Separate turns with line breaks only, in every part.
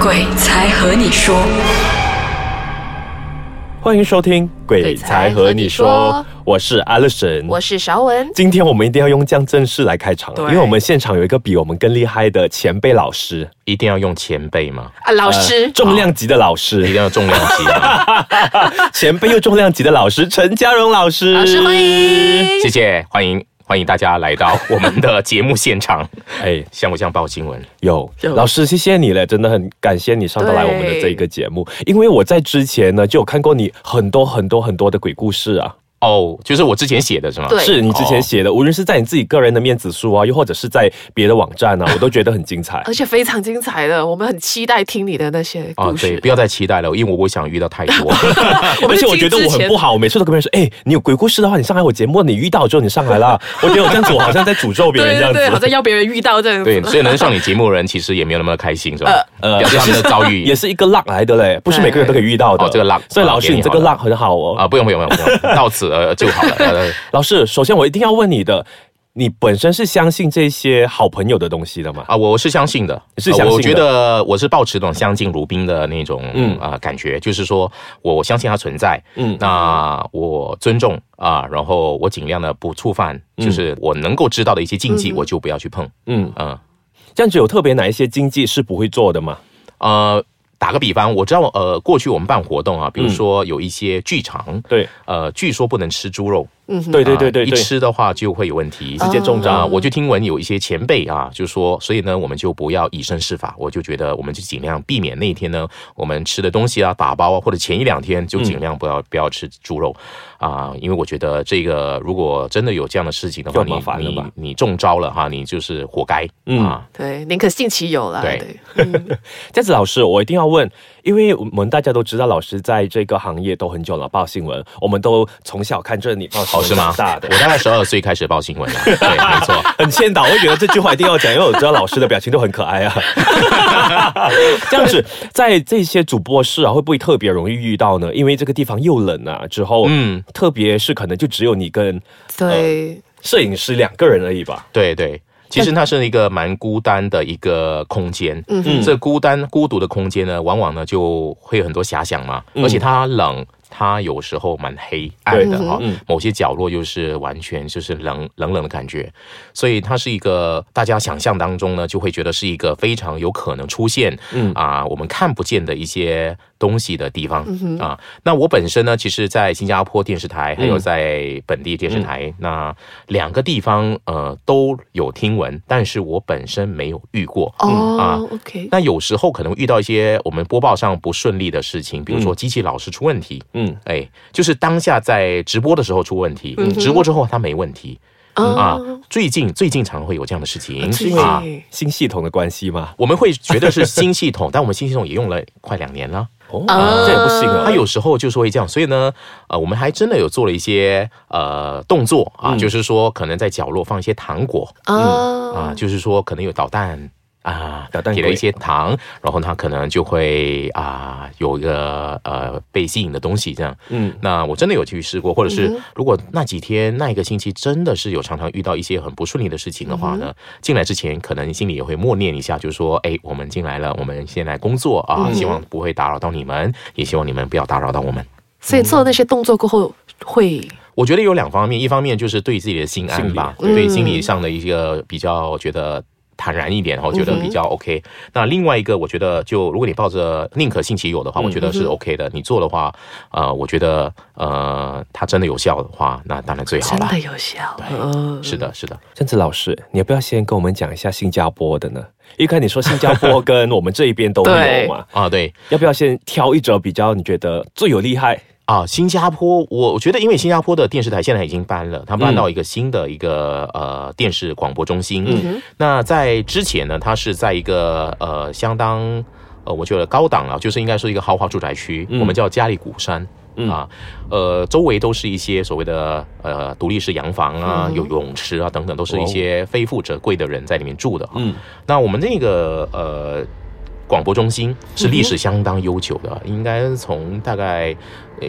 鬼才和你说。
欢迎收听《鬼才和你说》
鬼才和你说
我是 Alison，
我是邵文，
今天我们一定要用这样正式来开场，
对
因为我们现场有一个比我们更厉害的前辈老师，
一定要用前辈吗？
啊，老师，
呃 重量级的老
一定
师，
要重量级吗？
前辈又重量级的老师陈嘉荣老师，
老师欢。迎。
谢谢，欢迎欢迎大家来到我们的节目 现场。
哎，
像不像报新闻？
有
有
老师，谢谢你了，真的很感谢你上到来我们的这个节目，因为我在之前呢就有看过你很多很多很多的鬼故事啊，
哦、就是我之前写的是吗？
对
是你之前写的，无论是在你自己个人的面子书啊，又或者是在别的网站啊，我都觉得很精彩。
而且非常精彩的，我们很期待听你的那些
啊
故，事。
对，不要再期待了，因为我不想遇到太 多。
啊而且我觉得我很不好，我每次都跟别人说，哎、你有鬼故事的话，你上来我节目，你遇到之后你上来啦。我觉得我这样子，我好像在诅咒别人
对
这样
对
子。
对，好像要别人遇到这样
对，
子。
所以能上你节目的人其实也没有那么开心，是吧？
呃
表示他们的遭遇
也是一个浪来的嘞，不是每个人都可以遇到的。
哦这个 luck，
所以老师
哦
你这个
给你好
浪很好哦。
啊，不用不用不用不用， 到此而就好了。呃
老师，首先我一定要问你的，你本身是相信这些好朋友的东西的吗？
啊，我是相信的，
是相信的
呃我觉得我是抱持那种相敬如宾的那种，
嗯
嗯啊、感觉，就是说我我相信它存在，
嗯
嗯，那我尊重啊、然后我尽量的不触犯，就是我能够知道的一些禁忌，我就不要去碰，
嗯，
嗯
这样子有特别哪一些经济是不会做的吗？
呃。打个比方，我知道，呃，过去我们办活动啊，比如说有一些剧场，
对，
呃，据说不能吃猪肉，
对对对
啊
对
一
对，
吃的话就会有问题，
直接中招
啊，我就听闻有一些前辈啊，就说，所以呢，我们就不要以身试法，我就觉得我们就尽量避免那一天呢，我们吃的东西啊、打包啊，或者前一两天就尽量不要、不要吃猪肉啊，因为我觉得这个如果真的有这样的事情的话，
就麻烦了
你
吧
你你中招了哈，你就是活该、
嗯
啊。
对，宁可信其有啦。
对
对，
这样子，老师，我一定要问，因为我们大家都知道，老师在这个行业都很久了，报新闻，我们都从小看着你报
好
新
是
闻
吗
长？大的
我。大概十二岁开始报新闻了，对，没错。
很欠打，我觉得这句话一定要讲，因为我知道老师的表情都很可爱啊。 这样子，在这些主播室啊，会不会特别容易遇到呢？因为这个地方又冷啊，之后，嗯
嗯，
特别是可能就只有你跟
对，
摄影师两个人而已吧。
对对，其实它是一个蛮孤单的一个空间。
嗯
哼
这孤单孤独的空间呢，往往呢就会有很多遐想嘛，而且它冷。它有时候蛮黑暗的哈、某些角落又是完全就是冷冷冷的感觉，所以它是一个大家想象当中呢，就会觉得是一个非常有可能出现，嗯啊，我们看不见的一些东西的地方、啊。那我本身呢，其实，在新加坡电视台还有在本地电视台，那两个地方呃都有听闻，但是我本身没有遇过。
嗯啊
哦，OK，
那有时候可能遇到一些我们播报上不顺利的事情，比如说机器老是出问题，
嗯，
哎，就是当下在直播的时候出问题，直播之后它没问题、
嗯
啊
哦，。
最近最近常会有这样的事情
最
啊。
近
新系统的关系嘛，
我们会觉得是新系统， 但我们新系统也用了快两年了。
哦，
啊
这也不行啊。
它有时候就是会这样，所以呢，呃，我们还真的有做了一些呃动作啊，
嗯
就是说可能在角落放一些糖果啊、
啊，
就是说可能有导弹。啊，
嗯导弹
给了
鬼
一些糖，然后它可能就会啊、有一个呃被吸引的东西这样。
嗯，
那我真的有去试过，或者是如果那几天那一个星期真的是有常常遇到一些很不顺利的事情的话呢，
嗯
进来之前可能心里也会默念一下，就是说，哎，我们进来了，我们先来工作
嗯
啊，希望不会打扰到你们，也希望你们不要打扰到我们。
所以做那些动作过后会
我觉得有两方面，一方面就是对自己的心安吧，
理
对
嗯
心理上的一个比较觉得。坦然一点，然后觉得比
嗯
较 OK。那另外一个，我觉得就如果你抱着宁可信其有的话，我觉得是 OK 的。你做的话，呃，我觉得呃，它真的有效的话，那当然最好
真
啦
的。有效。嗯
是的，是的。
这样子，老师，你要不要先跟我们讲一下新加坡的呢？因为看你说新加坡跟我们这一边都有
对
嘛，
啊， 对
要不要先挑一则比较你觉得最有厉害？
啊，新加坡，我我觉得因为新加坡的电视台现在已经搬了，它搬到一个新的一个、呃电视广播中心。嗯，那在之前呢，它是在一个呃相当呃，我觉得高档啊，就是应该说一个豪华住宅区，我们叫嘉里鼓山。啊，呃，周围都是一些所谓的呃独立式洋房啊，有泳池啊等等，都是一些非富则贵的人在里面住的、啊。
嗯，
那我们那个呃广播中心
嗯
是历史相当悠久的，应该从大概呃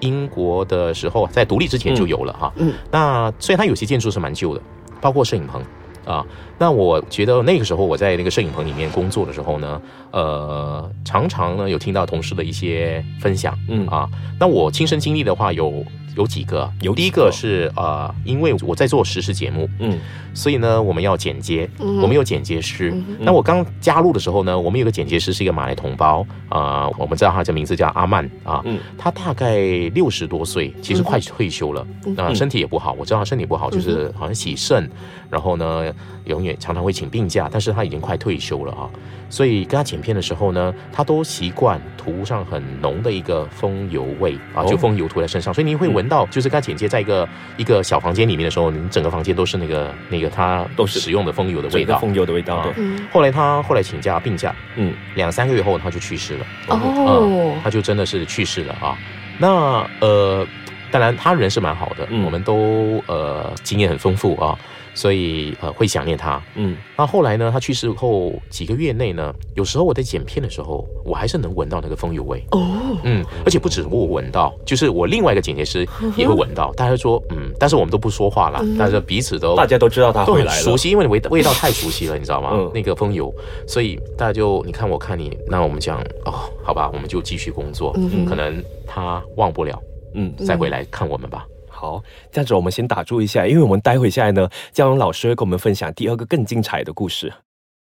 英国的时候，在独立之前就有了哈。
嗯嗯
那虽然它有些建筑是蛮旧的，包括摄影棚。啊、那我觉得那个时候我在那个摄影棚里面工作的时候呢，呃，常常呢有听到同事的一些分享，
嗯
啊，那我亲身经历的话有有几个，
有
第一
几个
个是呃，因为我在做时事节目，
嗯
所以呢我们要剪接，
嗯
我们有剪接师。
嗯哼
那我刚加入的时候呢，我们有个剪接师是一个马来同胞啊、呃我们知道他的名字叫阿曼啊，
嗯
他大概六十多岁，其实
嗯哼
快退休了，
嗯
那、身体也不好，我知道他身体不好，就是好像洗肾，然后呢，永远常常会请病假，但是他已经快退休了啊，所以跟他剪片的时候呢，他都习惯涂上很浓的一个风油味啊，
哦嗯
就风油涂在身上，所以你会闻到，就是跟他剪接在一个一个小房间里面的时候，你整个房间都是那个那个他
都是
使用的风油的味
整个
道。
风油的味道，
啊
对，
嗯
后来他后来请假病假，
嗯
两三个月后他就去世了。啊
哦
啊
他就真的是去世了啊。那呃，当然他人是蛮好的，
嗯
我们都呃经验很丰富啊，所以呃会想念他。
嗯，
那后来呢，他去世后几个月内呢，有时候我在剪片的时候，我还是能闻到那个风油味。
哦，
嗯，而且不止我闻到，就是我另外一个剪接师也会闻 到。大家就说，嗯，但是我们都不说话啦，
嗯
大家彼此都
大家都知道他
都
啊回
很
来了
熟，悉，因为味道味道太熟悉了，你知道吗？
嗯
那个风油，所以大家就你看我看你，那我们讲哦，好吧，我们就继续工作，
嗯哼
可能他忘不了，
嗯。
再回来看我们吧。
好，这样子我们先打住一下，因为我们待会下来呢，嘉荣老师会跟我们分享第二个更精彩的故事。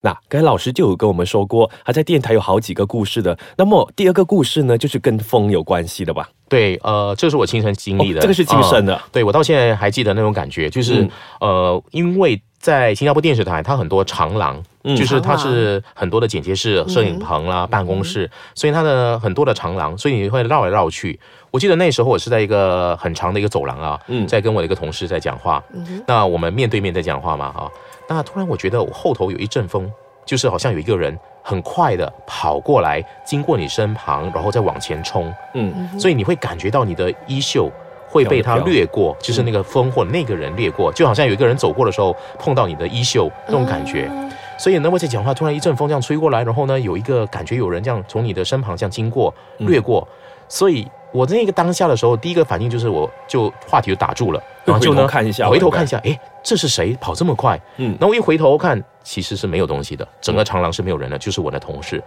那刚才老师就有跟我们说过，他在电台有好几个故事的。那么第二个故事呢，就是跟风有关系的吧？
对，呃，这是我亲身经历的，
哦这个是亲身的
嗯对我到现在还记得那种感觉，就是、
嗯
呃，因为在新加坡电视台，它很多长廊，
嗯
就是它
长廊
是很多的剪接室、摄影棚啦、办公
嗯
室，所以它的很多的长廊，所以你会绕来绕去。我记得那时候我是在一个很长的一个走廊啊，
嗯
在跟我的一个同事在讲话，
嗯
那我们面对面在讲话嘛，哈、那突然我觉得我后头有一阵风，就是好像有一个人很快的跑过来，经过你身旁，然后再往前冲，
嗯
所以你会感觉到你的衣袖会被它掠过，就是那个风或那个人掠过，就好像有一个人走过的时候碰到你的衣袖那种感觉。
嗯
所以呢，我在讲话，突然一阵风这样吹过来，然后呢，有一个感觉有人这样从你的身旁这样经过掠过，
嗯
所以我那个当下的时候，第一个反应就是我就话题就打住了，然后就
回
呢
头看一下
回头看一下，诶，这是谁跑这么快？
嗯
那我一回头看，其实是没有东西的，整个长廊是没有人的，就是我的同事。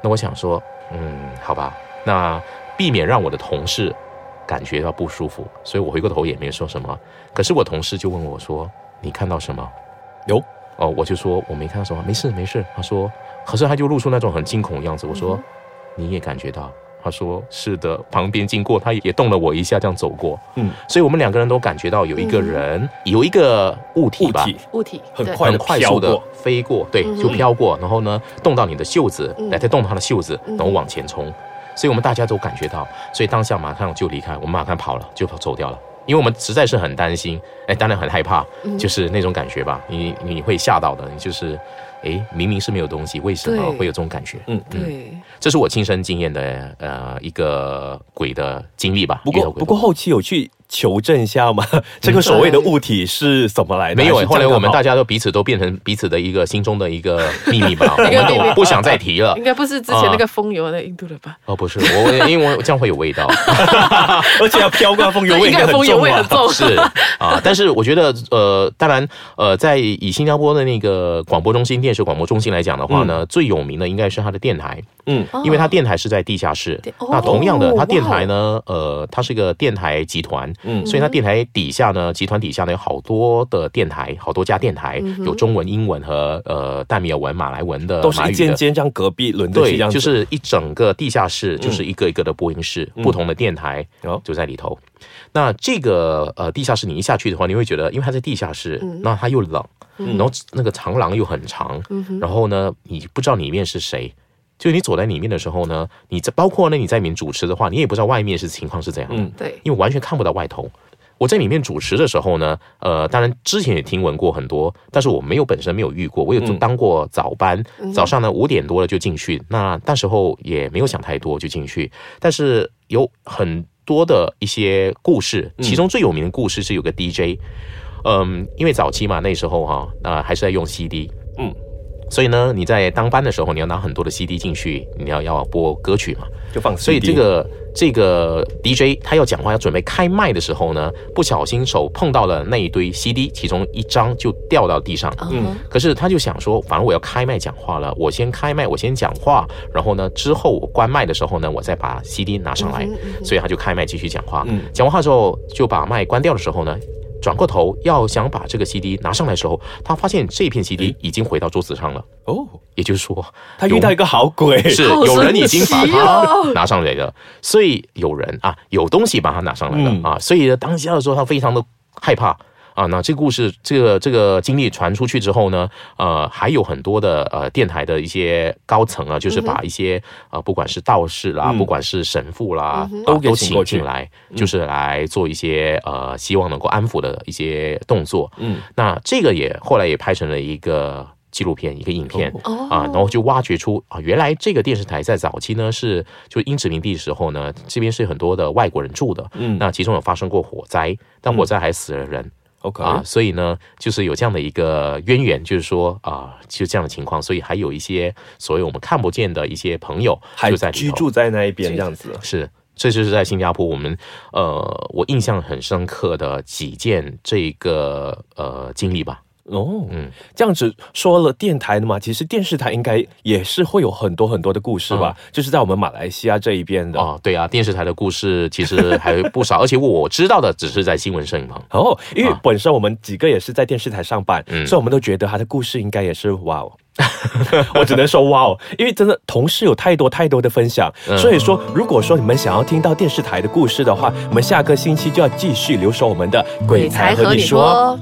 那我想说，嗯，好吧，那避免让我的同事感觉到不舒服，所以我回过头也没说什么。可是我同事就问我说：“你看到什么？”
有
哦，我就说我没看到什么，没事没事。他说，可是他就露出那种很惊恐的样子。我
嗯
说，你也感觉到？他说是的，旁边经过，他也动了我一下，这样走过。
嗯，
所以我们两个人都感觉到有一个人，有一个物体
物
吧，
体
物体
很
对
快地
很快速
飘
的
过
飞过，对，
嗯
就飘过，然后呢，动到你的袖子，
嗯
来再动到他的袖子，
嗯
然后往前冲。所以我们大家都感觉到，所以当下马上就离开，我们马上跑了，就走掉了。因为我们实在是很担心，哎，当然很害怕，
嗯
就是那种感觉吧，你你会吓到的，你就是，哎，明明是没有东西，为什么
对
会有这种感觉？
嗯
对，
这是我亲身经验的呃一个鬼的经历吧。
不
遇到
过
鬼嗯
不过后期有去求证一下吗？ 这个所谓的物体是怎么来的？
没有
还
哎，
是
后来我们大
这样
家都彼此都变成彼此的一个心中的一个秘密吧，我
一个秘密
们都不想再提了
应。该不是之前
啊
那个风油的印度的吧？
哦，不是我，我因为我这样会有味 道，
刚好，而且要飘过风油味，
应该
很
风油
重
味
啊
很重，
是啊，但是我觉得呃，当然呃，在以新加坡的那个广播中心、电视广播中心来讲的话呢，最有名的应该是它的电台，
嗯
哦
因为它电台是在地下室
对。哦
那同样的，它电台呢，呃，它是一个电台集团，
嗯
所以它电台底下呢，集团底下呢有好多的电台，好多家电台，
嗯
有中文、英文和呃淡米尔文、马来文的，
都是
马来
一
语
间
的。
间这样隔壁轮着去
对
这，样子，嗯
就是一整个地下室，就是一个一个的播音室，不同的电台
哦
就在里头。那这个呃地下室，你一下去的话，你会觉得，因为它在地下室，那它又冷，
嗯
然后那个长廊又很长，然后呢，你不知道里面是谁。就你走在里面的时候呢，你在包括呢你在里面主持的话，你也不知道外面是情况是怎样的。
嗯
对，
因为完全看不到外头。我在里面主持的时候呢，呃，当然之前也听闻过很多，但是我没有本身没有遇过，我有
嗯
当过早班，早上呢五点多了就进去，那那时候也没有想太多就进去，但是有很多的一些故事，其中最有名的故事是有个 DJ，嗯因为早期嘛那时候哈、啊，那、还是在用 CD，
嗯
所以呢，你在当班的时候，你要拿很多的 CD 进去，你要要播歌曲嘛。
就放 CD。
所以这个这个 DJ 他要讲话，要准备开麦的时候呢，不小心手碰到了那一堆 CD，其中一张就掉到地上。
嗯
可是他就想说，反正我要开麦讲话了，我先开麦，我先讲话，然后呢，之后我关麦的时候呢，我再把 CD 拿上来
嗯哼嗯。哼
所以他就开麦继续讲话。
嗯
讲完话之后，就把麦关掉的时候呢。转过头要想把这个 CD 拿上来的时候，他发现这片 CD
嗯
已经回到桌子上了，
哦，
也就是说，
他遇到一个好哦鬼，
是
好
有人已经把
神奇
它
哦
拿上来了，所以有人啊有东西把它拿上来了、
嗯
啊，所以呢，当下的时候他非常的害怕。啊，那这个故事，这个这个经历传出去之后呢，呃，还有很多的呃电台的一些高层啊，就是把一些、呃，不管是道士啦，
嗯
不管是神父啦，
嗯
啊
都给
都
请
请
过去嗯
进来，就是来做一些呃，希望能够安抚的一些动作。
嗯，
那这个也后来也拍成了一个纪录片，一个影片。
哦
哦
啊，然后就挖掘出啊，原来这个电视台在早期呢是就英殖民地的时候呢，这边是很多的外国人住的，
嗯
那其中有发生过火灾，但火灾还死了人、
，OK，
啊，所以呢就是有这样的一个渊源，就是说啊，就这样的情况，所以还有一些所谓我们看不见的一些朋友
还
就在里
居
头
住在那一边这样子，
是。这就是在新加坡，我们呃，我印象很深刻的几件这个呃经历吧。
哦，
嗯
这样子说了电台的嘛，其实电视台应该也是会有很多很多的故事吧，就是在我们马来西亚这一边的。哦
嗯哦，对啊，电视台的故事其实还不少，而且我知道的只是在新闻摄影棚。
哦因为
啊
本身我们几个也是在电视台上班，
嗯
所以我们都觉得他的故事应该也是哇哦。 我只能说哇哦，因为真的同事有太多太多的分享，
嗯
所以说如果说你们想要听到电视台的故事的话，我们下个星期就要继续留守我们的
鬼才和你说。